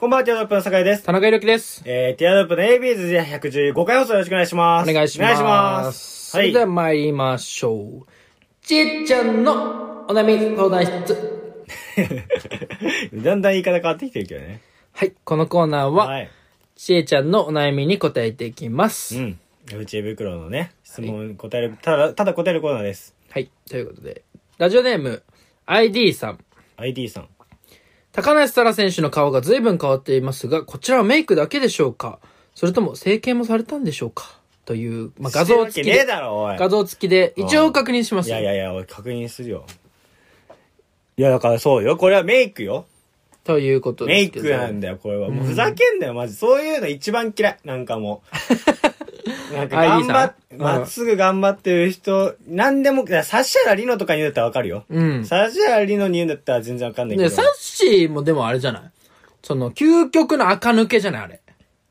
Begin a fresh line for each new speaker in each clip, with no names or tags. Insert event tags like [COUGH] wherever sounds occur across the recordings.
こんばんは、ティアドロップの酒井です。
田中裕樹です。
えー、ティアドロップの ABs で115回放送よろしくお願いしま
お
す。
願いし
お
ます。
願いします
それでは
は
参りましょう。ちっちゃんのお悩み相談室。
い。 [LAUGHS] だんだん言い方変わってきてるけどね。
はい、このコーナーは、
はい。
ちえちゃんのお悩みに答えていきます。
うん。うち袋のね、質問に答える、ただ、ただ答えるコーナーです。
はい、ということで、ラジオネーム、ID さん。
ID さん。
高梨沙羅選手の顔が随分変わっていますが、こちらはメイクだけでしょうかそれとも整形もされたんでしょうかという、まあ、画像
してるわけ
付き
ねえ
で、
だろ、おい。
画像付きで、一応確認します。
いやいやいや、俺確認するよ。いや、だからそうよ。これはメイクよ。
ということ
メ
です
イ
け
ク
ど。
なんだよ、これは。もうふざけんなよ、マジ。そういうの一番嫌い。なんかも
[LAUGHS]
う。なんか
あ
頑
いい
張っ
さ、
まっすぐ頑張ってる人、なんでも、指原莉乃とかに言うんだったらわかるよ。
うん。
指原莉乃に言うんだったら全然わかんないけ
ね、
ど。
サッシーもでもあれじゃないその、究極の垢抜けじゃないあれ。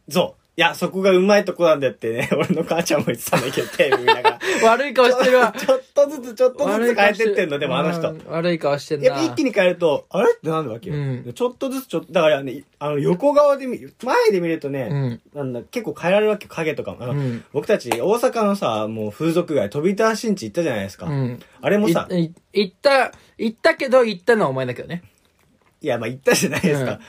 そう。いや、そこがうまいとこなんだってね、 [LAUGHS] 俺の母ちゃんも言ってたんだけど、テレビ見ながら。
悪い顔してるわ。
[LAUGHS] ちょっとずつ、ちょっとずつ変えてってんの、でもあの
う
人。
ん悪い顔してん
やっ
な。
ぱ一気に変えると、あれってなるわけよ。
うん
ちょっとずつ、ちょっと、だからね、あの、横側で見、前で見るとね、
うん。
なんだ、結構変えられるわけよ、影とかも。あの
うん
僕たち、大阪のさ、もう風俗街、飛び田新地行ったじゃないですか。
うん。
あれもさ、
いい言った、言ったけど、言ったのはお前だけどね。
いや、まあ行ったじゃないですか。
う
う
ん
ん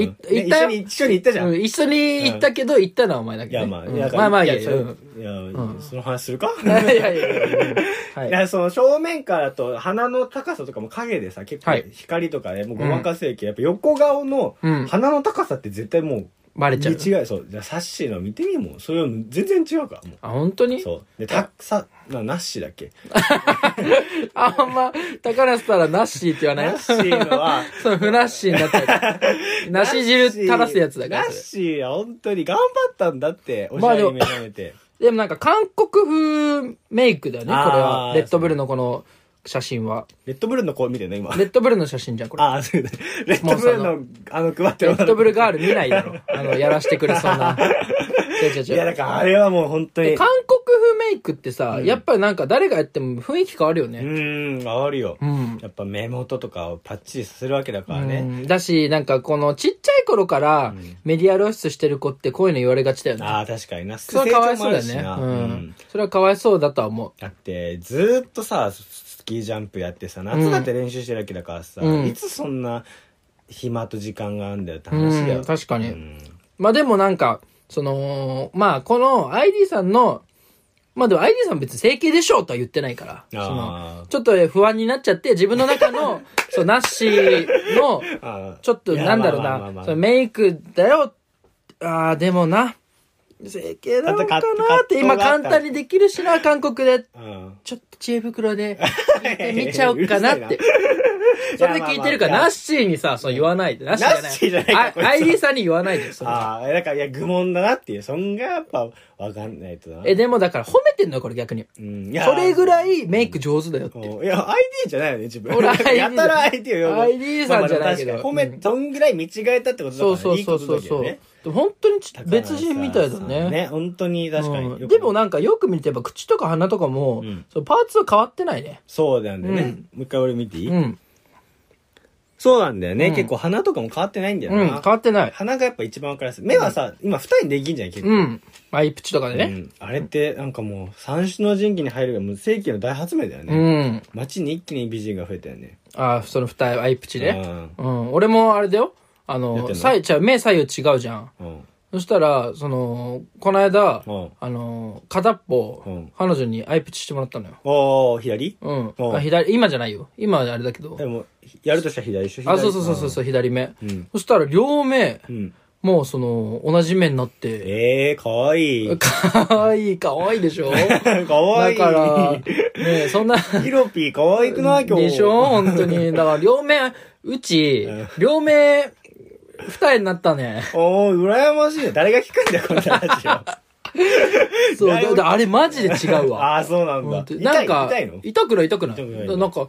ね
行った
一緒
よ
に、一緒に行ったじゃん。
うん
い
一緒に行ったけど、行ったのはお前だけど、
や、
ね。
まあ、
うん
いや
まあまあ、
い
いや
や、
いや、
それ
うん
いや
うん
その話するか
[LAUGHS] いやいやいやいや
い
はい。
や、その正面からと鼻の高さとかも影でさ、結構
はい
光とかね、もうごまかせるけど、やっぱ横顔の
うん
鼻の高さって絶対もう
バレ
見
ちゃう。
違い、そう。じゃあサッシーの見てみもう。それは全然違うから、も
あ、本当
う。
に
そう。で、たくさん、な、ナッシーだっけ
あんま、高梨たらナッシーって言わない
ナッシーの [LAUGHS] は、
そう、ふなっしーになっちゃうから。
[LAUGHS]
ナシ汁垂らすやつだから
ナッ
それ。
シーは本当に頑張ったんだって、おしゃれに目覚め
[LAUGHS]
て。
でもなんか韓国風メイクだよね、これ
あ
は
ー。
レッドブルのこの写真は。
レッドブルの子見てね、今。
レッドブルの写真じゃん、こ
[LAUGHS]
れ。
ああ、そうだ。レッドブルの、あの、配って
レ
る女
ッ
の
ド
子
ブルガール見ないだろ。あの、やらしてくれそう
[LAUGHS]
な。違う違う違う
いや、だからあれはもう本当に。
で
う
韓国風メイクってさ、
うん
やっぱりなんか誰がやっても雰囲気変わるよね。
ーん、変わるよ
う。ん。
やっぱ目元とかをパッチリさせるわけだから
う
ね。
んだし、なんかこのちっちゃい頃からメディア露出してる子ってこういうの言われがちだよね。
ああ、確かにな。
それはかわいそうだよ
成
ね
長も。あ
う
るしなうんん。
それはかわいそうだとは思う。
だって、ずーっとさ、スキージャンプやってさ、夏だって練習してるわけだからさ、
うん
いつそんな暇と時間があるんだよって話だ
う
よ
ん。確かに
うん
まあでもなんか、その、まあこの ID さんの、まあでも ID さん別に整形でしょうとは言ってないから、その
あ
ちょっと不安になっちゃって自分の中の、そう、ナッシ
[LAUGHS]
ーの、
ーあー。
ちょっと
いや
なんだろう
まあまあま
な、
あ
そのメイクだよ、ああ、でもな、整形なのかなって今簡単にできるしな、韓国で。
うん。
ちょっと知恵袋で聞いてみちゃおうか
[LAUGHS]
なっ
う
て
る。
[LAUGHS] それで聞いて
いや
るから、
まあまあ
ナッシーにさ、そう言わないで。ナッシーじゃない。
ナッシーじゃないかこいつは
あ ID さんに言わないで。それ
ああ、だから、いや、愚問だなっていう、そんがやっぱ、わかんないとな。
え、でもだから褒めてんのよ、これ逆に。
うん、いや
それぐらいメイク上手だよっていう。
もういや、ID じゃないよね、自分。
俺 ID
やたら ID を呼ぶ
ID さんじゃないけど
まあまあ確かに褒め、どんぐらい見違えたってことだから
そ
ね
うそう
いい
そ
こ
うそ
と
う
だけど
そう。
ね。
でも本当にち別人みたいだ
高梨さん
ね。
ね、本当に確かに。
う
よ
ん
く
でもなんかよく見てやっぱ口とか鼻とかも、
うん
そのパーツは変わってないね。
そうなんだよね。
うん
もう一回俺見ていい、
うん。
そうなんだよね、
うん
結構鼻とかも変わってないんだ
うん、
よな。
変わってない。
鼻がやっぱ一番わかりやすい。目はさ、今二人できんじゃん、結構。
うん。マイプチとかで
う
ね。
んあれって、なんかもう、三種の神器に入るが、もう世紀の大発明だよ
う
ね。
ん。
街に一気に美人が増えたよね。
ああ、その二重、アイプチね。
うん
うん。俺もあれだよ。あ
やって
の、
んの
左右、ちゃう目左右違うじゃん。
うん。
そしたら、その、この間、
うん。
あの、片っぽ、
うん
彼女にアイプチしてもらったのよ。
おー、左
うん。
うん
あ左、今じゃないよ。今はあれだけど
で。も、やるとしたら左でしょ
あ、そうそうそうそうそう、左目。
う。うん。
そしたら両目、
うん。
もうその、同じ目になって、
ええー、かわいい。
かわいい、かわいい
[LAUGHS]
でしょ
かわい
だ
い。
から、ねえそんな、
ヒロピーかわいくない今日。
でしょ本当に。だから両目、うち
うん、
両目、二重になったね。
おー、羨ましいね。誰が聞くんだよ、こんな話を。
そう、
だいぶ
だだあれマジで違うわ。
ああ、そうなんだ
本。当に
痛
ないんか
痛いの、
痛くない痛くな
痛くない
い。
の
なんか、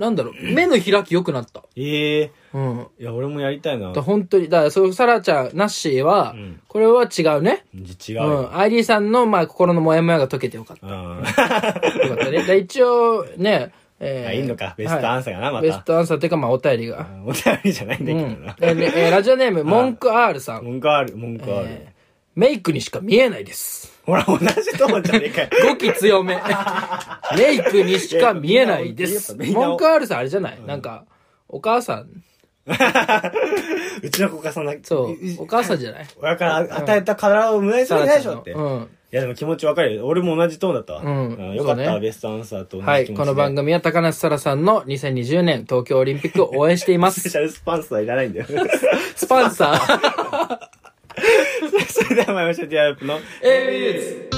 なんだろう、目の開き良くなった。
ええ
うん。
いや、俺もやりたいな
だ。本当に、だから、そう、サラちゃん、ナッシーは
うん、
これは違うね。
違う
う
よ。
ん。アイリーさんの、まあ、心のモヤモヤが解けてよかった。
うん。 [LAUGHS]
よかったね。だから一応、ね、え
あいいのかベストアンサーがなまた
ベストアンサーっていうか、まあ、お便りが。
うんお便りじゃないんだけ
う
ど
ん
な。。
えーえーラジオネー
[LAUGHS]
ム、モンク R さん。
文句ある、文句ある。
メイクにしか見えないです。
ほら、同じとこじゃねえ
[LAUGHS]
かよ。
語気強め。メイクにしか見えないです。
いやみんな
モンク R さんあれじゃない、なんか、お母さん、
うちの子がそんな、
そう
いい、
お母さんじゃ
[LAUGHS]
ない
親から与えた体を無駄にするんじゃないでしょって。
う
い
ん。
や、でも気持ちわかるよ。俺も同じトーンだったわ。
うん
うよかっ
そ
たわ、
うね
ベストアンサーと同じ気持ちで。
はい、こ
[LAUGHS]
の番組は高梨沙羅さんの2020年東京オリンピックを応援していま
スペ [LAUGHS]
す。
シャルスパンサーいらないんだよ。
スパンサ
[LAUGHS]
ー。
それでは参りましょう。ディアルプの
ABUs!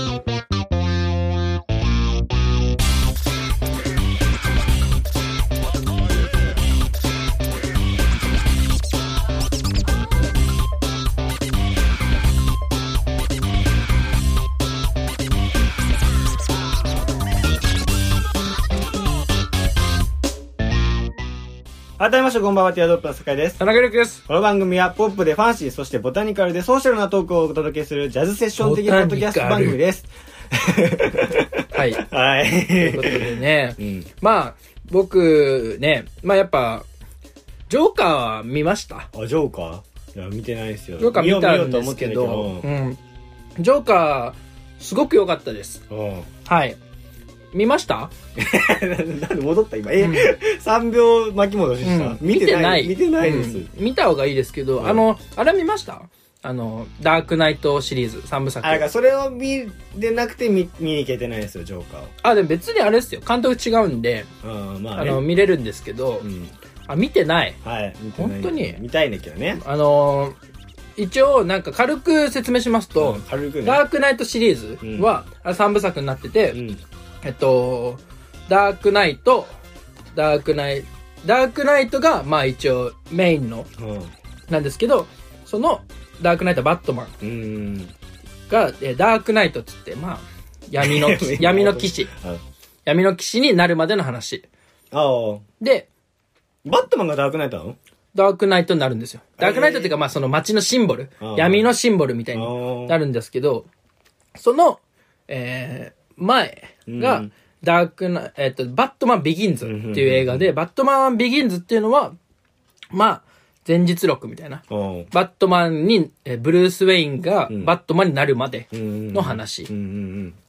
改めましてこんばんは、ティアドロップの酒井です。
田中力です。
この番組はポップでファンシー、そしてボタニカルでソーシャルなトークをお届けするジャズセッション的なポッドキャスト番組です。
はい。
[LAUGHS] はい。
ということでね、
ん
まあ、僕ね、まあやっぱ、ジョーカーは見ました。
あ、ジョーカーいや、見てないですよ。
ジョーカー
よ
見
うよ
た
うんと
で
思
す
って
け
る
ど、うん。ジョーカー、すごく良かったです。
うん。
はい。見ました
なんで戻った今。え、3秒巻き戻しした。
見てない。
見てないです。
うん見た方がいいですけど、
ん
あの、あれ見ましたあの、ダークナイトシリーズ、3部作。
あ、だからそれを見でなくて見見に行けてないですよ、ジョーカ
あ、でも別にあれですよ。監督違うんで、
ーを。うん、ま
あ
あね。
の、見れるんですけど、
うん。
あ、見てない。
はい。見てない
本当に
見たいんだけどね。
あのー一応、なんか軽く説明しますと、
うん軽くね。
ダークナイトシリーズは、あ3部作になってて、
うん。
えっと、ダークナイト、ダークナイト、ダークナイトが、まあ一応メインの、なんですけど、その、ダークナイトバットマン
うん。うん。
が、えーダークナイトっつって、まあ、闇の騎士、闇の騎士、
あ
闇の騎士になるまでの話。
ああ。
で、
バットマンがダークナイトなの
ダークナイトになるんですよ。ダークナイトっていうか、まあその街のシンボル
うん、
闇のシンボルみたい
うん
になるんですけど、その、えー、前
う
が
ん、
ダークナイえっと、バットマンビギンズっていう映画で、バットマンビギンズっていうのは、まあ、前日録みたいな。
うん。
バットマンに、えーブルース・ウェインが
ん
バットマンになるまで
うん
の話
うん。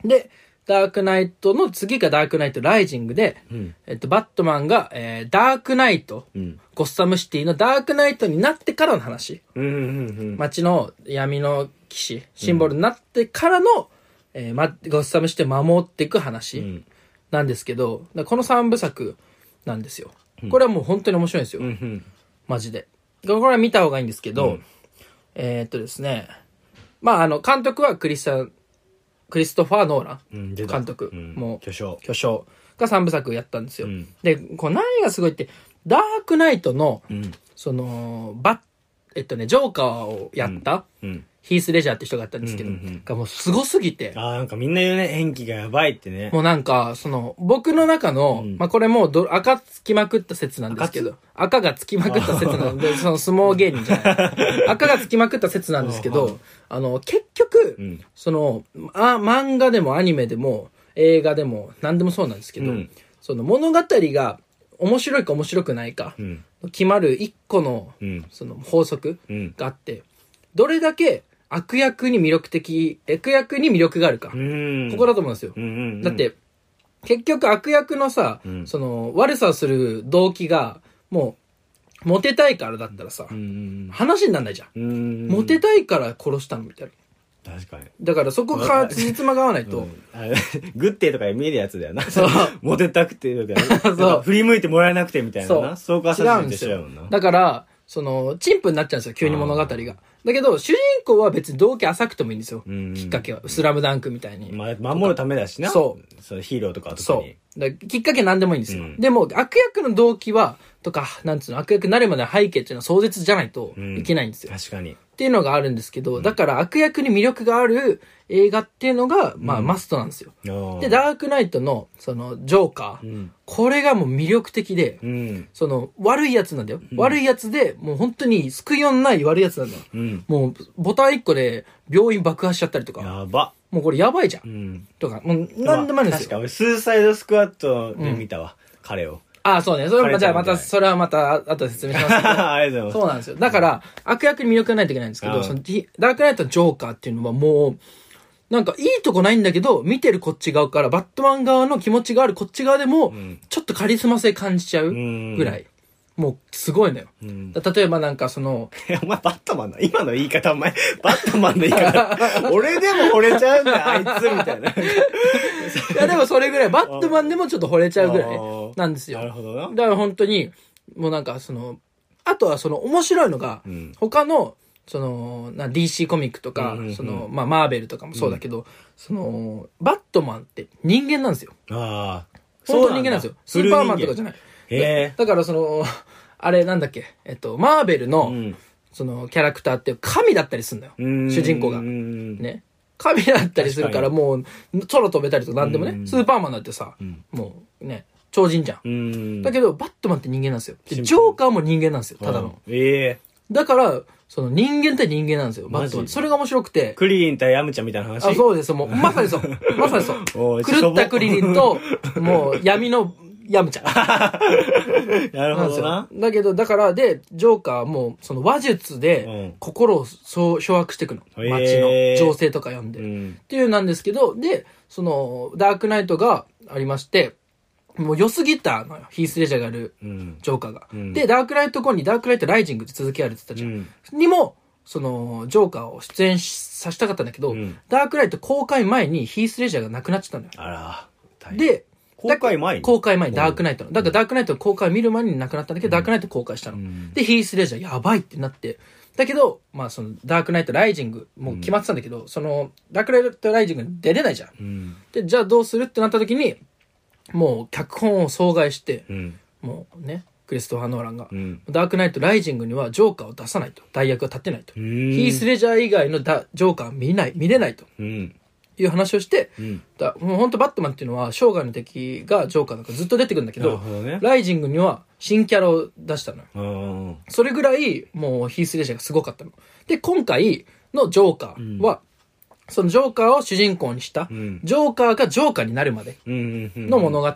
うん
で、ダークナイトの次がダークナイトライジングで、
ん
えっと、バットマンが、えーダークナイト、
ん
ゴッサムシティのダークナイトになってからの話。
うん。うんうんうん
街の闇の騎士、シンボルになってからの、えーま、ゴッサムシティを守っていく
う
話
ん
なんですけど、だからこの3部作なんですよ。これはもう本当に面白いんですよ。
うんうん。
マジで。これは見た方がいいんですけど、えーっとですね、まあ、あの、監督はクリスタン、クリストファー・ノーラ
うん
ン
出た
監督、
うん
もう
巨匠
巨匠が3部作やったんですよ。
うん
で、これ何がすごいって、ダークナイトの、
ん
その、バッ、えっとね、ジョーカーをやった、
うん。
ヒース・レジャーって人がやったんですけど、
うんうんうん
がもうすごすぎて、
ああ、なんかみんな言うね、演技がやばいってね。
もうなんか、その、僕の中の、
うん
まあこれもうど、赤つきまくった説なんですけど、赤がつきまくった説なんで、その相撲芸人じゃ
[LAUGHS]
ない。赤がつきまくった説なんですけど、あの、結局、
うん
そのあ、漫画でもアニメでも、映画でも、何でもそうなんですけど、
うん
その物語が面白いか面白くないか
う、ん。
決まる一個の、
うん。
その法則
うん。
があって、どれだけ悪役に魅力的、悪役に魅力があるか、
うん。
ここだと思うんですよ。
うんうんうん。
だっ、て、結局悪役のさ、
ん
その、悪さをする動機が、もう、モテたいからだったらさ、
うん
話になんないじゃん。
うんうん。うん。
モテたいから殺したのみたいな。
確かに。
だからそこか、つじつまが合わないと、
あ [LAUGHS] グッデーとかで見えるやつだよな。
そう
[LAUGHS] モテたくてとか、
[LAUGHS] そ
な
う
んか振り向いてもらえなくてみたいなな。
そ。
そううか、
違うん
で
です
しちゃう
よ
もんな。。
だから、その、チンプになっちゃうんですよ、急に物語が。だけど、主人公は別に動機浅くてもいいんですよ。
うん
きっかけは。スラムダンクみたいに。
ま守るためだしな。。
そう
そう、ヒーローとかは特
そ
に。
う。だからきっかけなんでもいいんですよ。
うん
でも、悪役の動機は、とか、なんつうの、悪役になるまでの背景っていうのは壮絶じゃないと
うん
いけないんですよ。っ
確かに。
ていうのがあるんですけど、だから悪役に魅力がある映画っていうのが、まあ、マストなんですよ。で、
で、
ダークナイトの、その、ジョーカー、
うん
これがもう魅力的で、
うん。
その、悪いやつなんだよ。悪いやつで、もう本当に救いようのない悪いやつなんだよ。
うん。
もう、ボタン1個で病院爆破しちゃったりとか、
やば。
もうこれやばいじゃ
う
ん。
ん。
とか、もう、なんでもあるんです
確
よ。
か、俺、スーサイドスクワットで見たわ。彼を。 [LAUGHS]
ああ、そうね。それ
彼
も、
ち
じ
ゃ
ゃ
ん
あま
みたい
た、それはまた、あ後で説明し
[LAUGHS]
ますけど。
ありがとうござい
そうなんですよ。だから、悪役に魅力がないといけないんですけ
う
ど、
ん
その、ひダークナイトのジョーカーっていうのはもう、なんかいいとこないんだけど、見てるこっち側から、バットマン側の気持ちがあるこっち側でも、
ん
ちょっとカリスマ性感じちゃう
うん
ぐらい。もう、すごいのよ。
ます。うん
だ例えばなんかその、
え [LAUGHS] お前バットマンだ。今の言い方、お前、バットマンの言い方。俺でも惚れちゃうん
[LAUGHS]
だ、あいつ、みたいな。
いやでもそれぐらい、バットマンでもちょっと惚れちゃうぐら
あ
い
ー
なんですよ
な。るほどな。
だから本当に、もうなんかその、あとはその面白いのが、
うん
他の、その、な DC コミックとか、
うんうんうん
その、まあ、マーベルとかもそうだけど、その、バットマンって人間なんですよ。
ああ。
本当に人間なんですよ。スーパーマンとかじゃ
ない。
ない。
へえ。
だからその、あれなんだっけ、えっと、マーベルの、
うん
その、キャラクターって神だったりするんだよ。
うん
主人公が
うん
ね。神だったりするから、もう、空飛べたりとか何でも
う
ね、
ん
スーパーマンだってさ、
ん
もうね、超人じゃん。
うん。
だけど、バットマンって人間なんですよ。
シンプ
で
ル
ジョーカーも人間なんですよ、ただの。
うん。ええ。
だから、その人間対人間なんですよ、バットマンっ
マ
て。
ジ
それが面白くて。
クリーン対ヤムちゃんみたいな話。
あ、そうで
[LAUGHS]
す。もう、まさにそう。まさにそう。
おい
狂ったクリリ
[LAUGHS]
ンと、もう、闇の、ヤムちゃん。
なる
な
ほ
んです
ど
よ
な。。
だけど、だから、で、ジョーカーはもう、その話術
うん
で、心をそう掌握していくの。
へー
街の情勢とか読んで。
うん。
っていうなんですけど、で、その、ダークナイトがありまして、もう良すぎたのよ。ヒースレジャーがやる
うん。
ジョーカーが。
うん
で、ダークナイト後にダークナイトライジングって続きやるって言ったじゃん。にも、その、ジョーカーを出演しさせたかったんだけど、
うん
ダークナイト公開前にヒースレジャーが亡くなっちゃったのよ。
あら。大変、
で、
公開前に
公開前にダークナイトの。だからダークナイトの公開を見る前に亡くなったんだけど、ダークナイト公開したの。
うん
で、ヒースレジャーやばいってなって。だけど、まあその、ダークナイトライジング、もう決まってたんだけど、その、ダークナイトライジングに出れないじゃん。
うん。
で、じゃあどうするってなった時に、もう脚本を総替えして、
うん。
もうね、クリストファー・ノーランが、
うん。
ダークナイトライジングにはジョーカーを出さないと。代役が立ってないと。
ヒ
ヒースレジャー以外のダジョーカーは見ない、見れないと
うん。
いう話をして、
うん。
だもう本当バットマンっていうのは生涯の敵がジョーカーだからずっと出てくるんだけ
なる
ど、
ほどね。
ライジングには新キャラを出したのよ。
うん。
それぐらいもうヒースレジャーがすごかったの。で、今回のジョーカーは、そのジョーカーを主人公にした、
うん
ジョーカーがジョーカーになるまで
うん。うん
の物語なん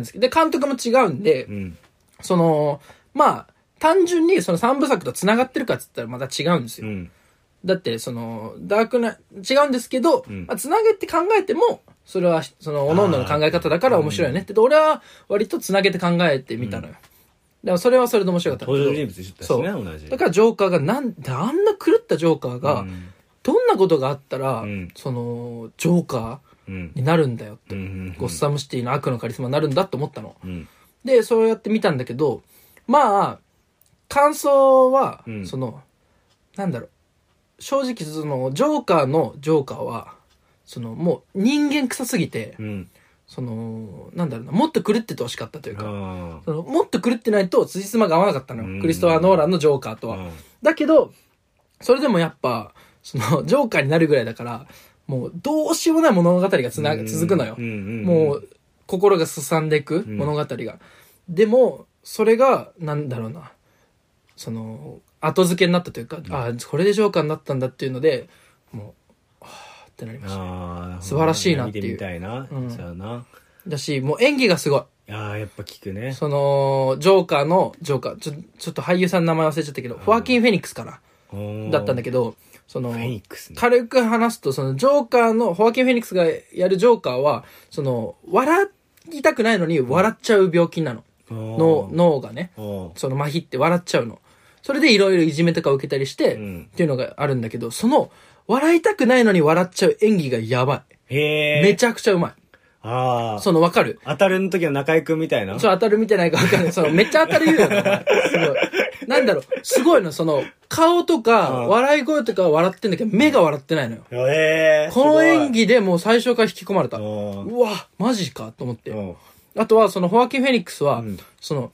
ですけど、で、監督も違うんで
う、ん。
その、まあ、単純にその3部作と繋がってるかっつったらまた違うんですよ
う。ん。
だって、その、ダークな、違うんですけど、
ん
まあ、つなげって考えても、それは、その、おののの考え方だから面白いよねって、俺は割とつなげて考えてみたのよ。でもそれはそれで面白かったんだけ
登
ど
場人物一緒だしね、
そう
同じ。
だからジョーカーがなんであんな狂ったジョーカーが、
うん
どんなことがあったら、
うん
その、ジョーカ
うん
ー。になるんだよっ
う
て、
ん
ゴッサムシティの悪のカリスマになるんだって思ったの。
うん。
で、そうやって見たんだけど、まあ、感想は、
うん
その、なんだろう、正直その、ジョーカーのジョーカーは、その、もう人間臭すぎて、
うん。
その、なんだろうな、もっと狂っててほしかったというか、
あ
そのもっと狂ってないと辻褄が合わなかったのよ。
うん
クリストファー・ノーランのジョーカーと
あ
は。だけど、それでもやっぱ、その、ジョーカーになるぐらいだから、もうどうしようもない物語がつな、続くのよ。も
も
う、心がすさんでいく
うん
物語が。でも、それが、なんだろうな、その、後付けになったというか、ああ、これでジョーカーになったんだっていうので、もう、はあってなりました。
ああ
素晴らしいなっていう
見てみたいな。
うん
そうやな。
だし、もう演技がすごい。
ああ、やっぱ聞くね。
その、ジョーカーの、ジョーカー、ちょ、ちょっと俳優さんの名前忘れちゃったけど、フォアキン・フェニックスかな、だったんだ
け
けど、その
フ、ェニックスね。
軽く話すと、その、ジョーカーの、フォアキン・フェニックスがやるジョーカーは、その、笑いたくないのに笑っちゃう病気なの。の
の
脳がね、その麻痺って笑っちゃうの。それでいろいろいじめとか受けたりして、
うん
っていうのがあるんだけど、その、笑いたくないのに笑っちゃう演技がやばい。
へえ。
めちゃくちゃうまい。
ああ。
その、わかる
当たるの時の中居くんみたいな。
そう当たる見てないかわかん
[LAUGHS]
ない。その、めっちゃ当たる言うよね、お前すごい。なんだろう、すごいの、その、顔とか、
うん
笑い声とかは笑ってんだけど、目が笑ってないのよ。
へえ。
この演
技。
技でもう最初から引き込まれた。
う
うんわ、マジかと思って。
うん
あとは、その、ホアキン・フェニックスは、
うん
その、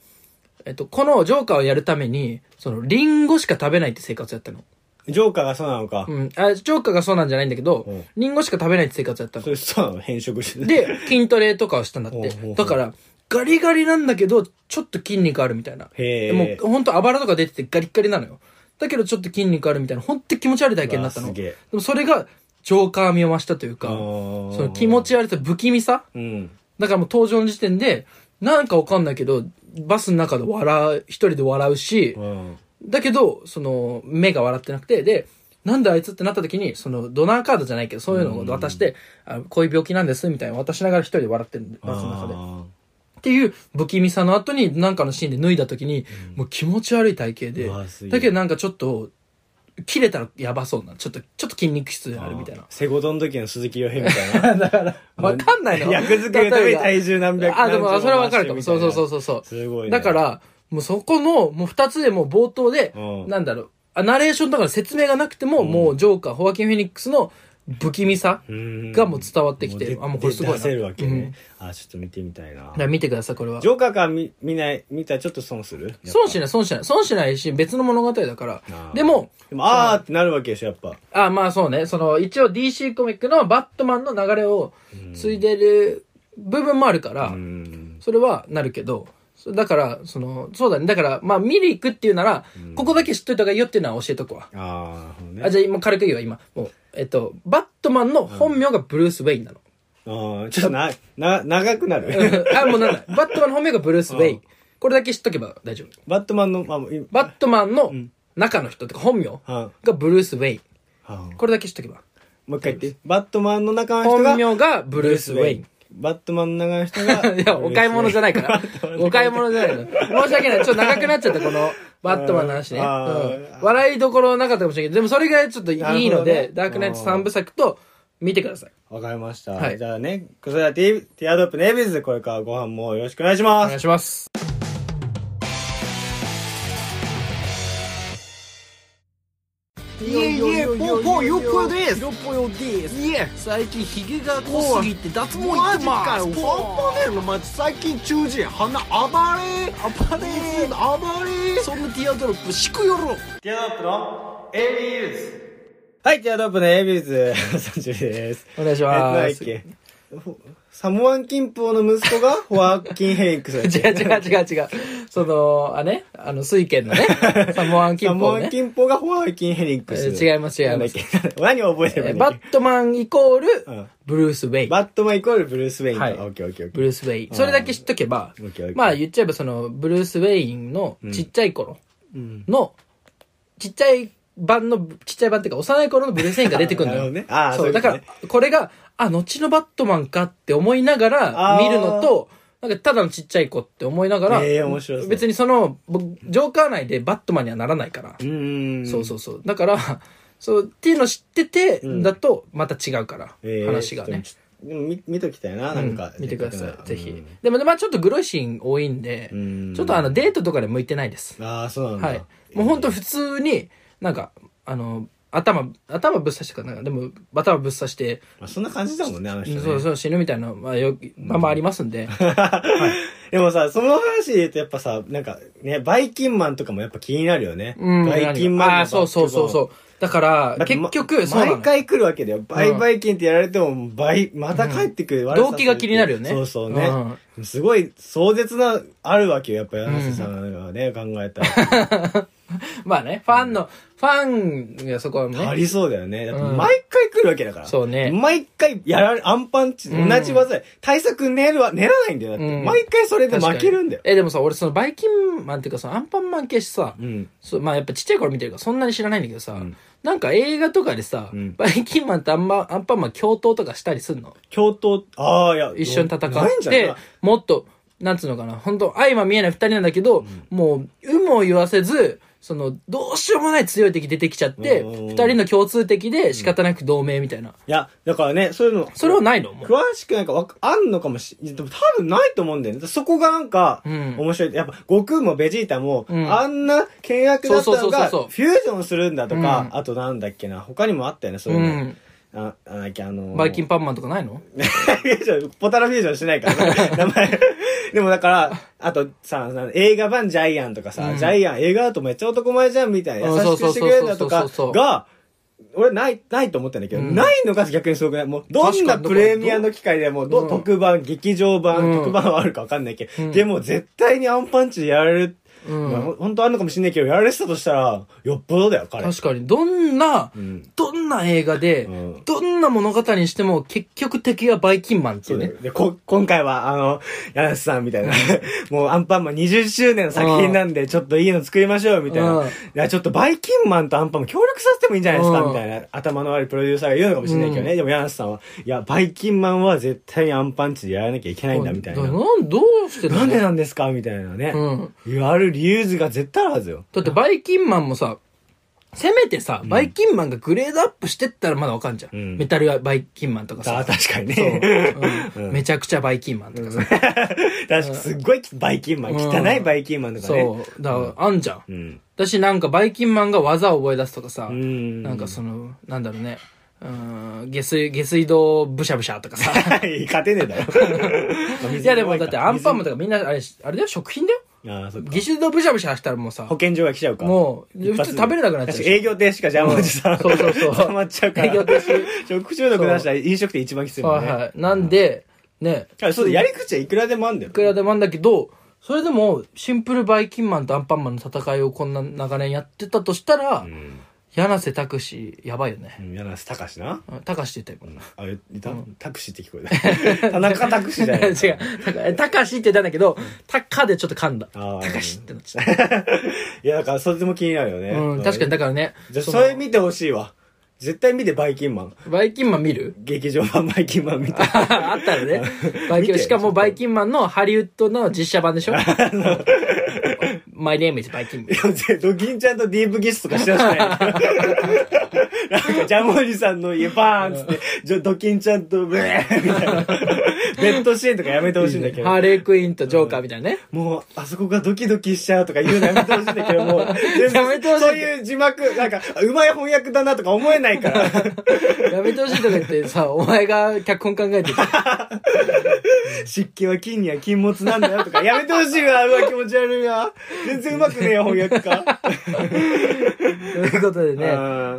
えっと、このジョーカーをやるために、その、リンゴしか食べないって生活をやったの。
ジョーカーがそうなのか
う。ん。あ、ジョーカーがそうなんじゃないんだけど、
うん
リンゴしか食べないって生活をやった
そ
の。
れそうなの変色してね。
で、筋トレとかをしたんだっ
ほうほうほ
て。
う
だから、ガリガリなんだけど、ちょっと筋肉あるみたいな。
へえ。
もう、ほんとあばらとか出ててガリッガリなのよ。だけど、ちょっと筋肉あるみたいな、ほんと気持ち悪い体験になった
う
の。
わすげえ
でも、それが、ジョーカー味を増したというか、
あー
その気持ち悪さ、不気味さ
うん。
だからもう登場の時点で、なんかわかんないけど、バスの中で笑う、一人で笑うし、
うん。
だけど、その、目が笑ってなくて、で、なんだあいつってなった時に、その、ドナーカードじゃないけど、そういうのを渡して、あこういう病気なんです、みたいな渡しながら一人で笑ってるんで、バスの中で。っていう不気味さの後に、なんかのシーンで脱いだ時に、もう気持ち悪い体型で、
うわすげえ
だけどなんかちょっと、切れたらやばそうな、ちょっと、ちょっと筋肉質あるみたいな。
セゴドンの時の鈴木亮平みたいな。
[LAUGHS] だから、わかんない
[LAUGHS]
の。
役作りのために体重何百
あ、でも、それはわかると思う。そうそうそうう。そうそう。
すごいね
だから、もうそこの、もう二つでもう冒頭で、
うん
なんだろう、あナレーションだから説明がなくても、もうジョーカー、ホワキン・フェニックスの不気味さが
が
もう伝わってきて、あ、もうこれすごいな。
出せるわけ
うん
ね。あ、ちょっと見てみたいな
だか。ら見てください、これは
ジ。ョーカーか見見ない、見たらちょっと損する
損し
い。
ない、損しない。損しないし、別の物語だから
あ。ー
でも、
でも、あーってなるわけでしょ、やっぱ。
あ、まあそうね、その、一応 DC コミックのバットマンの流れを継いでる部分もあるから、
うん。
それはなるけど、そだから、その、そうだね。だから、まあ、見に行くっていうなら、ここだけ知っといた方がいいよっていうのは教えとくわ。
あー、な
あ、
る
じゃあ今軽く言うわ、今。もう、えっと、バットマンの本名がブルース・ウェインなの。
ほどね。あーちょっとな、な、長くなる。
あ、もうなんだ。バットマンの本名がブルース・ウェイン。これだけ知っとけば大丈夫。
バットマンの、まあ、もう今
バットマンの中の人ってか本名
は
がブルース・ウェイン。
あはあ
これだけ知っとけば。
もう一回言って。バットマンの中の人
本
が、
名がブルース・ウェイン。。
バットマンの中の人
[LAUGHS]
が、
いや、お買い物じゃないか
バ
ら
ットマン。の
お買い物じゃないの。申し訳ない。ちょっと長くなっちゃった、この、バットマンの話ね。う
あー
ん笑いどころなかったかもしれないけど、でもそれぐらいちょっといいの
なるほどね
で、ダークナイト3部作と見てください。
わかりました。
はい
じゃあね、それではティティアドロップネイビーズ、これからご飯もよろしくお願いし
お
ます
願い。します。
いえいえぽうぽうよっぽよです
よっぽよです
いえ
最近ヒゲが濃すぎて脱毛
もう
行
マ
き
ジ
ま
か
す
よファンパネルの街最近中耳炎鼻暴れ暴れ暴れそんなティアドロップしくよろ
ティアドロップの AB ユーズ。はい、ティアドロップの AB ユーズ、30です。
お願いし
えなんだ
ま
っ
す違う
けほサモアン金峰の息子がホワキン・ヘイクスだっけ
違う違う違うそのあねあの水拳の
[LAUGHS]
ねサモアンキ
サ
ン
モ
ポ
ア
ね
ン金峰がホワキン・ヘリックス。
えー違います違います
なんだっけ [LAUGHS] 何を覚えて
え
る
ー
んだ
バ
っけ
ットマンイコール
うん
ブルース・ウェイ
バットマンイコールブルース・ウェインか。
はい
オッケーオッケーオッケ
ブ
ー。
ルース・ウェイそれだけ知っとけば
オッケーオッケー
まあ言っちゃえばそのブルース・ウェインのちっちゃい頃のちっちゃい版のちっちゃい版っていうか幼い頃のブルース・ウェインが出てくる
[LAUGHS]
の
なる
よ、
ほどねあー
そう
そういう
だ
こと
か
ね
らこれがあ後のバットマンかって思いながら
あー
見るのとなんかただのちっちゃい子って思いながら、
えー面白そう
別にその僕ジョーカー内でバットマンにはならないから、
うーん。
そうそうそうだからそうっていうの知っててだとまた違うから、
えー
話がね、
ちょっとでも見見ときたいな、なんか。
うん見てくださいぜ
う
ひ
ん
でもねまあちょっとグロいシーン多いんで
うん
ちょっとあのデートとかで向いてないです
ああ、そうなんだ。
はいもう本当普通になんかあの頭頭ぶっ刺してかなんかでも頭ぶっ刺して
まあ、そんな感じだもんね、あの人、ね。
そうそう死ぬみたいなまあよまあまああります
[LAUGHS]
んで
でもさ、その話で言うとやっぱさ、なんかね、バイキンマンとかもやっぱ気になるよね。
うん
バイキンマンの
ああそうそうそうそうだから
バスケ
結
も
局そうなの
毎回来るわけだよ。バイバイキンってやられても、倍、また帰ってくる。悪さする
動機が気になるよね
そうそうね。すごい壮絶な、あるわけよ。やっぱ柳瀬さんがね、考えた
[LAUGHS]
ら。
まあねファンのファンがそこは
あ
ね
りそうだよね。だって
うん
毎回来るわけだから。
そうね
毎回やられ、アンパンチ、同じ技で。対策練るは、練らないんだよ。だって、
うん
毎回それで
確かに
負けるんだよ。
えでもさ俺そのバイキンマンっていうかそのアンパンマン系さ、
うん。
そうまあやっぱちっちゃい頃見てるからそんなに知らないんだけどさ、
ん
なんか映画とかでさ、
うん
バイキンマンとアンマアンパンマン共闘とかしたりすんの
共闘、ああ、いや、
一緒に戦っ
ないんじゃない
てもっとなんつうのかな本当相ま見えない二人なんだけど、もう有無を言わせずそのどうしようもない強い敵出てきちゃって
うん
二人の共通敵で仕方なく同盟みたいな、
いや、だからね、そういうの。
それはないのもう
詳しくなんかわか、あんのかもし、でも多分ないと思うんだよね。そこがなんか、
うん
面白い。やっぱ、悟空もベジータも、
うん
あんな険悪だった
そうそ
の
うそうそう
が、
そ
フ
う
ュージョンするんだとか、
う
あとなんだっけな、他にもあったよね、そういううの。
ん
あ、あなんだっけ、あのー
バイキンパンマンとかないの
フュージョンポタラフュージョンしてないから、名前。でもだから、あとさ、なん映画版ジャイアンとかさ、
うん
ジャイアン映画だとめっちゃ男前じゃんみたいな、
うん
優しくしてくれるんだと
そ
か
うそうそうそうそう
が、俺ない、ないと思ったんだけど、
うん
ないのが逆にすごくない。もう、どんな
確かに
プレミアの機会でも、ど
うん
特番、劇場版、
うん
特番はあるかわかんないけど、
うん
でも絶対にアンパンチでやられる
うん
まあ、ほ本当あるのかもしんないけど、やられてたとしたら、よっぽどだよ、彼。
確かに、どんな、
うん
どんな映画で、
うん
どんな物語にしても、結局敵はバイキンマンって
そ
いうう
ね
ね。。
で、こ、今回は、あの、柳瀬さんみたいな、 [LAUGHS] もうアンパンマン20周年の作品なんで、ちょっといいの作りましょう、みたい
うん
な。いや、ちょっとバイキンマンとアンパンマン協力させてもいいんじゃないですか、
うん
みたいな。頭の悪いプロデューサーが言うのかもしれないけどね。でも柳瀬さんは、いや、バイキンマンは絶対にアンパンチでやらなきゃいけないんだ、みたいな。
どんどうしてだろ
な
うん
でなんですかみたいなね。
うん
言われる理由が絶対あるはずよ。
だってバイキンマンもさ、せめてさ、バイキンマンがグレードアップしてったらまだわかんじゃん。
うん
メタルはバイキンマンとか
あ
さ。
確かに
そう
ね。
うんめちゃくちゃバイキンマンとかさ。
[LAUGHS] 確かに、すっごいバイキンマン、
うん
汚いバイキンマンとかね。
そう。だから、あんじゃん。
うん。
だし、なんか、バイキンマンが技を覚え出すとかさ、
ん
なんかその、なんだろうね、うーん、下水、下水道ブシャブシャと
[LAUGHS]
かさ。
はい、勝てねえだろ。
[LAUGHS] いやでもだってアンパンマン
と
とかみんなあれ、あれだよ、食品だよ。
ああ、そっか
下。水道ブシャブシャしたらもうさ
保、健所が来ちゃうか。
もう、
一
普
発
通
で
食べれなくなっちゃう
確
で
か
しょ
営業停止か、じゃあもうさ、
そうそうそう
捕まっちゃう [LAUGHS] から。
営業停止
食中毒出したら飲食店一番きついもん
はい
ね。
はい。なんで、ね、
あそうだ、やり口はいくらでもあんだよ
い。くらでもあんだけど、それでも、シンプルバイキンマンとアンパンマンの戦いをこんな長年やってたとしたら、
うん。
柳瀬拓司、やばいよね。
うん柳瀬隆な。
うん高志って言ったよ、
あ、言ったタクシーって聞こえた。田 [LAUGHS] 中タクシーだよ。
[LAUGHS] 違うたか。高志って言ったんだけど、タカでちょっと噛んだ。
あー
高志ってなっちゃっ
[LAUGHS] いや、だから、それでも気になるよね。
た。うん、確かに、だからね。
じゃあ、
そ
そ
の
れ見てほしいわ。絶対見て、バイキンマン。
バイキンマン見る [LAUGHS]
劇場版バイキンマン見て。
あったらね。バイ
[LAUGHS]
キ
見て
ンしかもバイキンマンのハリウッドの実写
[LAUGHS]
版でしょマイネームイズバイキンマン。
ドキンちゃんとディープキスとかしてほしくない。なん [LAUGHS] か、ジャムおじさんの家バーンっつって、じゃドキンちゃんとブエーみたいな。ベッドシーンとかやめてほしいんだけど
ハ。ーレークイーンとジョーカーみたいなね。
もう、あそこがドキドキしちゃうとか言うのやめてほしいんだけど、も [LAUGHS] う、全部
やめてほしい
そういう字幕、なんか、うまい翻訳だなとか思えないから。 [LAUGHS]
やめてほしいとか言ってさ、お前が脚本考えてた。
湿気は菌には禁物なんだよとか、やめてほしいわ、うわ、気持ち悪いわ。全然うまくねえよ、翻訳家。
[LAUGHS] ということでね。
ね。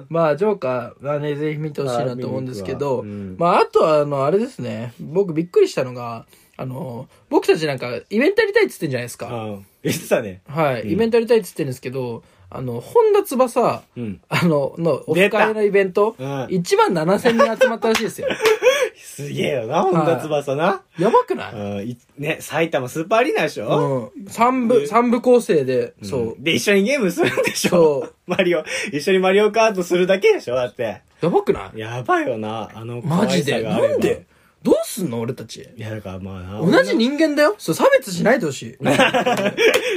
まあ、ジョーカーはね、ぜひ見てほしいなと思うんですけど、
あ見に行くわうん
まあ、あとは、あの、あれですね、僕びっくりしたのが、あの、僕たちなんか、イベントやりたいって言ってんじゃないですか。
[LAUGHS] うん。言ってたね。
はい、イベントやりたいって言ってるんですけど、あの、本田翼、
うん
あの、の、オフ
出た
会のイベント、
うん
1万7000人集まったらし
[LAUGHS]
いですよ。
すげえよな、本田翼な。
やばくない
うんいね、埼玉スーパーアリーナでし
う
ょ
ん。3部、三部構成で、そう。
で、一緒にゲームするんでし
そ
ょ
う
マリオ、一緒にマリオカートするだけでしょだって。
やばくない
やばいよな、あの、
マジで。
可愛さがあれば
なんでどうすんの俺たち。
いや、だからまあな。
同じ人間だよ。そう、差別しないでほしい。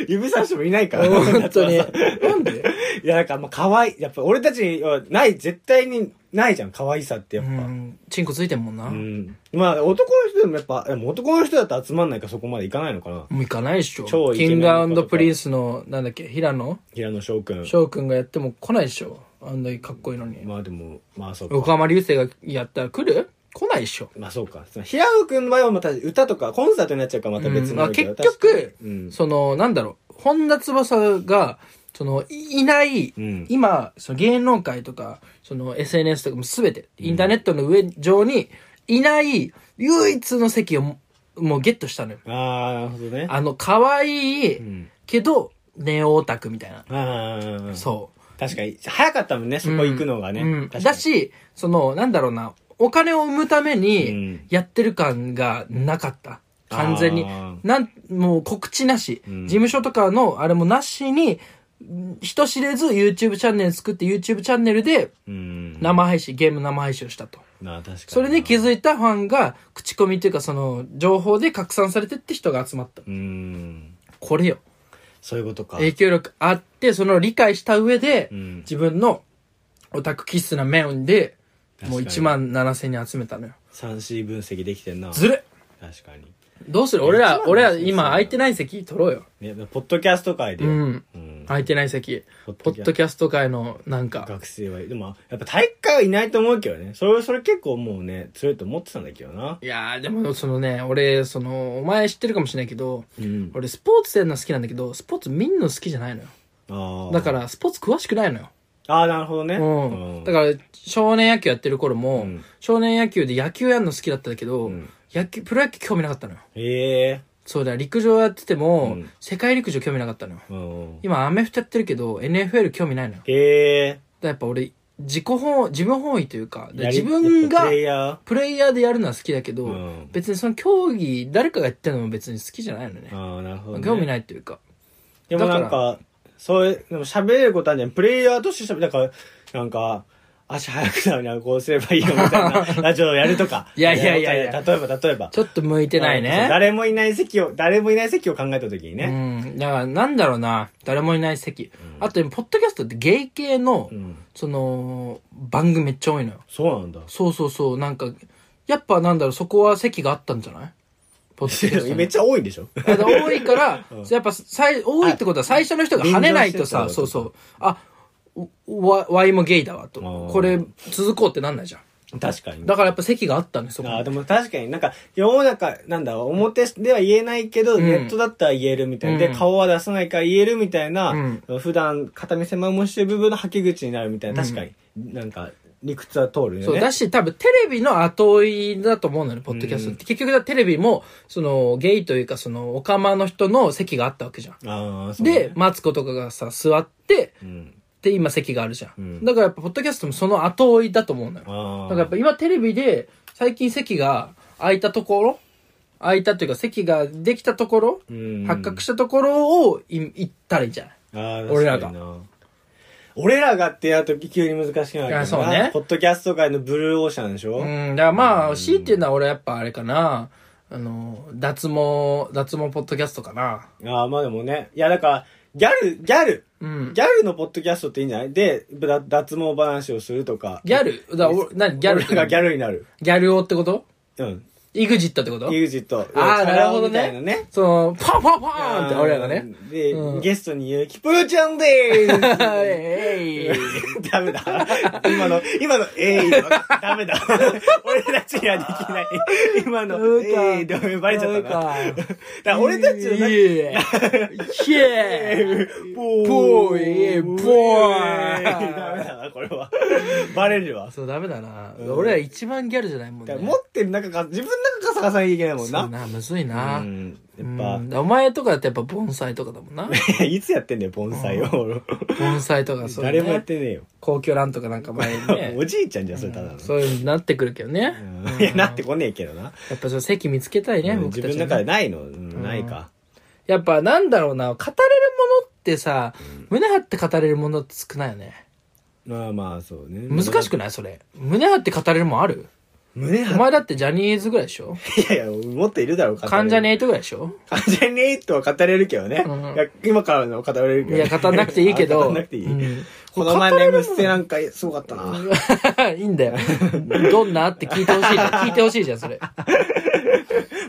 指差してもいないから。
[LAUGHS] 本当に。
本田翼
なんで
い [LAUGHS] や、なんか、まあ、可愛い。やっぱ、俺たちにはない、絶対にないじゃん、可愛さって、やっ
う
ぱ。
ん、チンコついてんもんな。
う
も
ん。まあ、男の人でもやっぱ、でも男の人だと集まんないからそこまでいかないのかな。
う行かないでしょ。
超イケメ
キ
ン
ン
の子とか
グプリンスの、なんだっけ、平野
平野翔くん。
翔くんがやっても来ないでしょ。あんだけかっこいいのに。
まあでも、まあそう
横
か。
浜流星がやったら来る来ないでしょ。
まあそうか。その平野くんの場合はまた歌とか、コンサートになっちゃうからまた別
うん
に
ま
な
あ
るけど、
結局、
うん
その、なんだろう、本田翼が、その、いいない、
うん
今、その芸能界とか、その SNS とかも全て、インターネットの上、上に、いない、唯一の席をも、もうゲットしたのよ。
ああ、なるほどね。
あの、可愛い、
うん。
けど、ネオオタクみたいな。
ああ、
そ
確かに、早かったもんね、そこ行くのが
う。
ね。
うん、
確かに
だ、し、その、なんだろうな、お金を生むた
う
めに
ん、
やってる感がなかった。完全に
あ。ー
なん、もう告知なし、
うん
事務所とかのあれもなしに、うん人知れず YouTube チャンネル作って YouTube チャンネルで
うん。な、
生配信、ゲーム生配信をしたと。
確かに。
それに気づいたファンが、口コミというかその、情報で拡散されてって人が集まった。
うん。
これよ。
そういうことか。
影響力あって、その理解した上で、
うん
自分のオタク気質な面で、もう
確か
1
に
万7000人集めたのよ。
3C 分析できてんな。
ずる
確かに。
どうする俺
1
ら、
万
俺ら
7000人
今空いてない席取ろうよ。
ね、ポッドキャスト界で。
うん
うん
空いてない席。
ポッ
ポ
ドキャ
ッドキャスト界のなんか、
学生はいいでもやっぱ体育会はいないと思うけどねそれそれ結構もうね強いと思ってたんだけどない
やーでもそのね、俺、その、お前知ってるかもしれないけど、
うん
俺スポーツやるの好きなんだけど、スポーツ見んの好きじゃないのよ。
ああ
だから、スポーツ詳しくないのよ。
ああなるほどね
うん。だ
ら
から、少年野球やってる頃も、
うん
少年野球で野球やるの好きだったんだけど、
うん
野球、プロ野球興味なかったのよ。
ええ
そうだ、陸上やってて
う
も、
ん
世界陸上興味なかったのよ。
うん。
今、アメフトやってるけど、NFL 興味ないのよ。だか
へえ。
らやっぱ俺、自己本、自分本位というか、で
やり
自分
やっぱ
が
プレイヤー
プレイヤーでやるのは好きだけど、
うん
別にその競技、誰かがやってるのも別に好きじゃないのね。
ああ、なるほど、ね。
興味ないというか。
でもな
だ
ん
か
か、そういう、でも喋れることあるじゃん。プレイヤーとして喋る。なんか、なんか、足速くなるにはこうすればいいよみたいな
[LAUGHS]
ラジオをやるとか。
いやいやいやいや
例えば例えば。
ちょっと向いてない
そう
ね。
誰もいない席を、誰もいない席を考えた時に
う
ね。
ん。だから、なんだろうな。誰もいない席。あと、ポッドキャストってゲイ系の、
うん。
その、番組めっちゃ多いのよ。
そうなんだ。
[LAUGHS] そうそうそう。なんか、やっぱなんだろう、そこは席があったんじゃないポッドキャストに
[LAUGHS] めっちゃ多いんでしょ
だから多
[LAUGHS]
いから、やっぱさい多いってことは最初の人が跳ねないと
あ
さ、そ
そうう
そ。
そう
あ、わ、わいもゲイだわと。
ー
これ続こうってなんないじゃん。
確かに。
だからやっぱ席があったんですよ。
あーでも確かになんか世の中なんだ表では言えないけど、
ん
ネットだったら言えるみたいな、
うん
で顔は出さないから言えるみたいな、
うん
普段片見せまもしてる部分の吐き口になるみたいな確かに、なんか理屈は通るよ
そうだ
ね
し、多分テレビの後追いだと思うのよ、ポッドキャストって。結局だからテレビも、その、ゲイというか、その、オカマの人の席があったわけじゃん。
ああそうね
で、マツコとかがさ、座って、
うん
で、今席があるじゃん。
うん
だからやっぱ、ポッドキャストもその後追いだと思うのよ。
あ
だ
あ
からやっぱ今テレビで、最近席が空いたところ空いたというか、席ができたところ、
うん
発覚したところをい行ったらいいんじゃない
あー
俺ら
確かにな俺らがってやると急に難しいわけだ
いや
な
そうね
ポッドキャスト界のブルーオーシャンでしょ、
うん、だからまあ、C っていうのは俺やっぱあれかな。あの、脱毛、脱毛ポッドキャストかな。
ああまあでもねいやだからギャルギャル
うん。
ギャルのポッドキャストっていいんじゃないでだ脱毛話をするとか
ギャルだから俺、何 [LAUGHS] ギャル
俺らがギャ
ル
ルになる。
ギャル王ってこと
うん。
イグジットってこと
EXIT。
ああ、なるほど
チャラ男みたいな
ね。その、パンパンパーンって俺らが [LAUGHS] ね。
で、
うん
ゲストに言う、キプーちゃんでーす [LAUGHS]
えい
ダメだ。今の、今の、えい、ダ
[LAUGHS]
メだ。俺たちにはできない。今の、
そうか
えい、ダメ、バレちゃったな。だ
そうか
から俺たちの中
イ
で、
エーイエー
[LAUGHS]
イ
ぽ
ぽいぽい
ダメだな、これは。バレるわ。
そう、ダメだな。俺ら一番ギャルじゃないもん
だか
ね。
ら持ってる中か、自分の中から探さなきゃいけないもん
そう
な。
な、むずいな。
う
うん
ん。やっぱ、
お前とかだってやっぱ盆栽とかだも
[LAUGHS]
んな。
いつやってんだよ、盆栽を。
盆栽とかそうい
誰
う
もやっ
ね。
てねえよ。
皇居ランとかなんか前に
[LAUGHS] お
ね。
じいちゃんじゃん、それただの。
そういうのになってくるけどね。
[LAUGHS] うんいや、なってこねえけどな。
やっぱその席見つけたいね、
うん
僕
自
た
分
ち
の
は
中で
ね。
ないの、うんないか。
やっぱなんだろうな、語れるものってさ、胸張って語れるものって少ないよね。
まあまあ、そうね。
難しくないそれ。胸張って語れるもんある
胸
お
張っ
前だってジャニーズぐらいでしょ
て、いやいや、もっといるだろう、
関ジャニ
え。
エイトぐらいでしょ
関ジャニエイトは語れるけどね。
うん
いや今からの語れる
い
けど。
や、語んなくていいけど。
語んなくていい。
うん [LAUGHS]
この前、眠捨てなんかすごかったな。
いいんだよ。どんなって聞いてほしいじゃん。聞いてほしいじゃん、それ。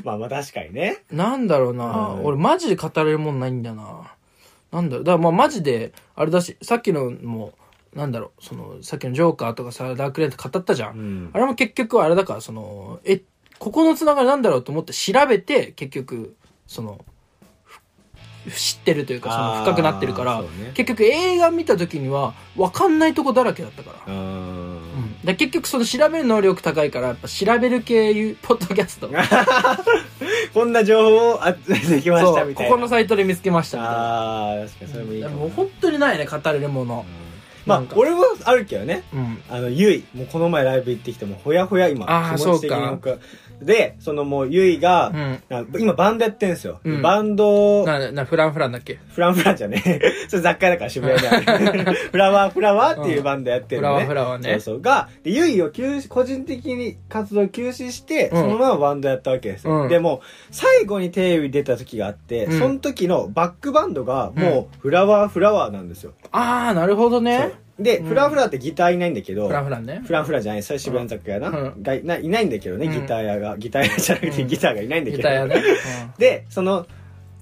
まあまあ、確かにね。
なんだろうな、俺マジで語れるもんないんだな。なんだろう。だからまあマジで、あれだし、さっきのも、なんだろう、その、さっきのジョーカーとかさ、ダークレント語ったじゃん。
ん
あれも結局あれだから、その、え、ここのつながりなんだろうと思って調べて、結局、その、ふ知ってるというか、その
あー
深くなってるから、
そうね
結局映画見た時には、わかんないとこだらけだったから。
う。
うんん、で結局その調べる能力高いからやっぱ調べる系いうポッドキャ
[LAUGHS]
スト
こんな情報を集めてきました
そう
み
こ
たいな。
このサイトで見つけましたみたいな
ああ、確かにそれもいいか
で
もな
も本当にないね語れるもの
うん、ま
な
あ
ん、か
俺もあるけどね。
うん
あの、ゆい。もうこの前ライブ行ってきて、もうほやほや今。
あー
気持ち的になんかで、そのもうゆいが、
うん
あ今バンドやってんすよ。
うん
バンドを、
ななフランフランだっけ
フランフランじゃねえ。 [LAUGHS] それ雑貨だから渋谷であ
[LAUGHS]
る。フラワーフラワーっていうバンドやってるのね。
うんフラワーフラワーね
そうそう。が、で、ゆいを休止、個人的に活動を休止して、
うん
そのままバンドやったわけですよ。
うん
でも、最後にテレビ出た時があって、
うん
その時のバックバンドがもうフラワーフラワーなんですよ。
ああなるほどね
そうで、
うん
フラフラってギターいないんだけど、
フランフランね
フランフラじゃない、それ渋谷の雑貨屋な、
うん
がいないないんだけどね、
うん
ギター屋が。ギター屋じゃなくて、
うん
ギターがいないんだけ
ギ
ど。
ターやね、
で、その、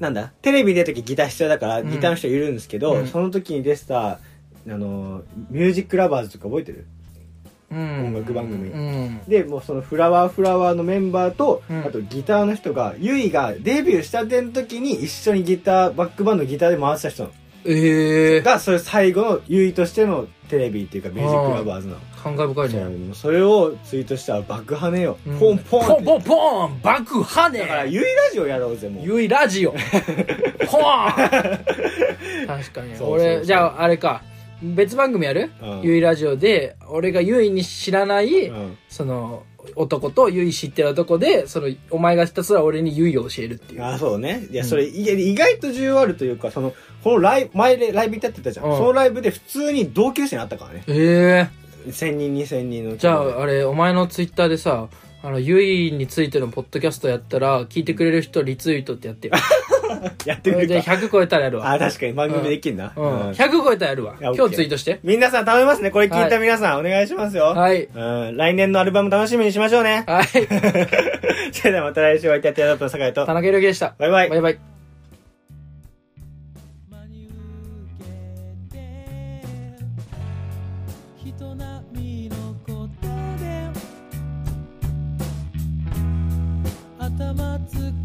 なんだ、テレビ出るときギター必要だから、
うん
ギターの人いるんですけど、
うん
その時に出てた、あの、ミュージックラバーズとか覚えてる
うんうん、
音楽番組
うん
で、もうそのフラワーフラワーのメンバーと、
うん
あとギターの人が、ゆいがデビューしたての時に一緒にギター、バックバンドのギターで回した人なの。
ええー。
が、それ最後の優位としてのテレビっていうかミュージックラバーズなの。
感慨深い
そう
ね。
もうそれをツイートしたら爆跳ねよ。
うん
ポンポンって
ポンポンポン爆破ね
だから、ゆいラジオやろうぜ、もう。
ゆい
[LAUGHS]
ラジオポーン確か
そうそ
に
うそう
俺じゃああれか別番組やる、
うん
ゆいラジオで俺がゆいに知らない、
うん
その男とゆい知ってる男でそのお前がひたすら俺にゆいを教えるっていう
あそうね。いや、それ、いや意外と重要あるというか、その、このライブ、前でライブ行ったって言ったじゃん。
うん
そのライブで普通に同級生に会ったからね。
ええ
1000人、2000人のうち
じゃ
の
ああれお前のツイッターでさあのゆいについてのポッドキャストやったら聞いてくれる人リツイートってやっ
[LAUGHS]
てよ
やって
そ
みる
れで
か。
100超えたらやるわ、
あ、確かに番組できんな。
うん、
うん
100超えたらやるわ
やオッケー
今日ツイートして
皆さん頼みますね。これ聞いた皆さん、お願いしますよ。
はい
うん、来年のアルバム楽しみにしましょうね。
はい
[LAUGHS] それではまた来週お会いいたいティアドロップの酒井と
田。中裕樹でした
バイバイ
バ。イバイ
真に受けて人並みのことで頭使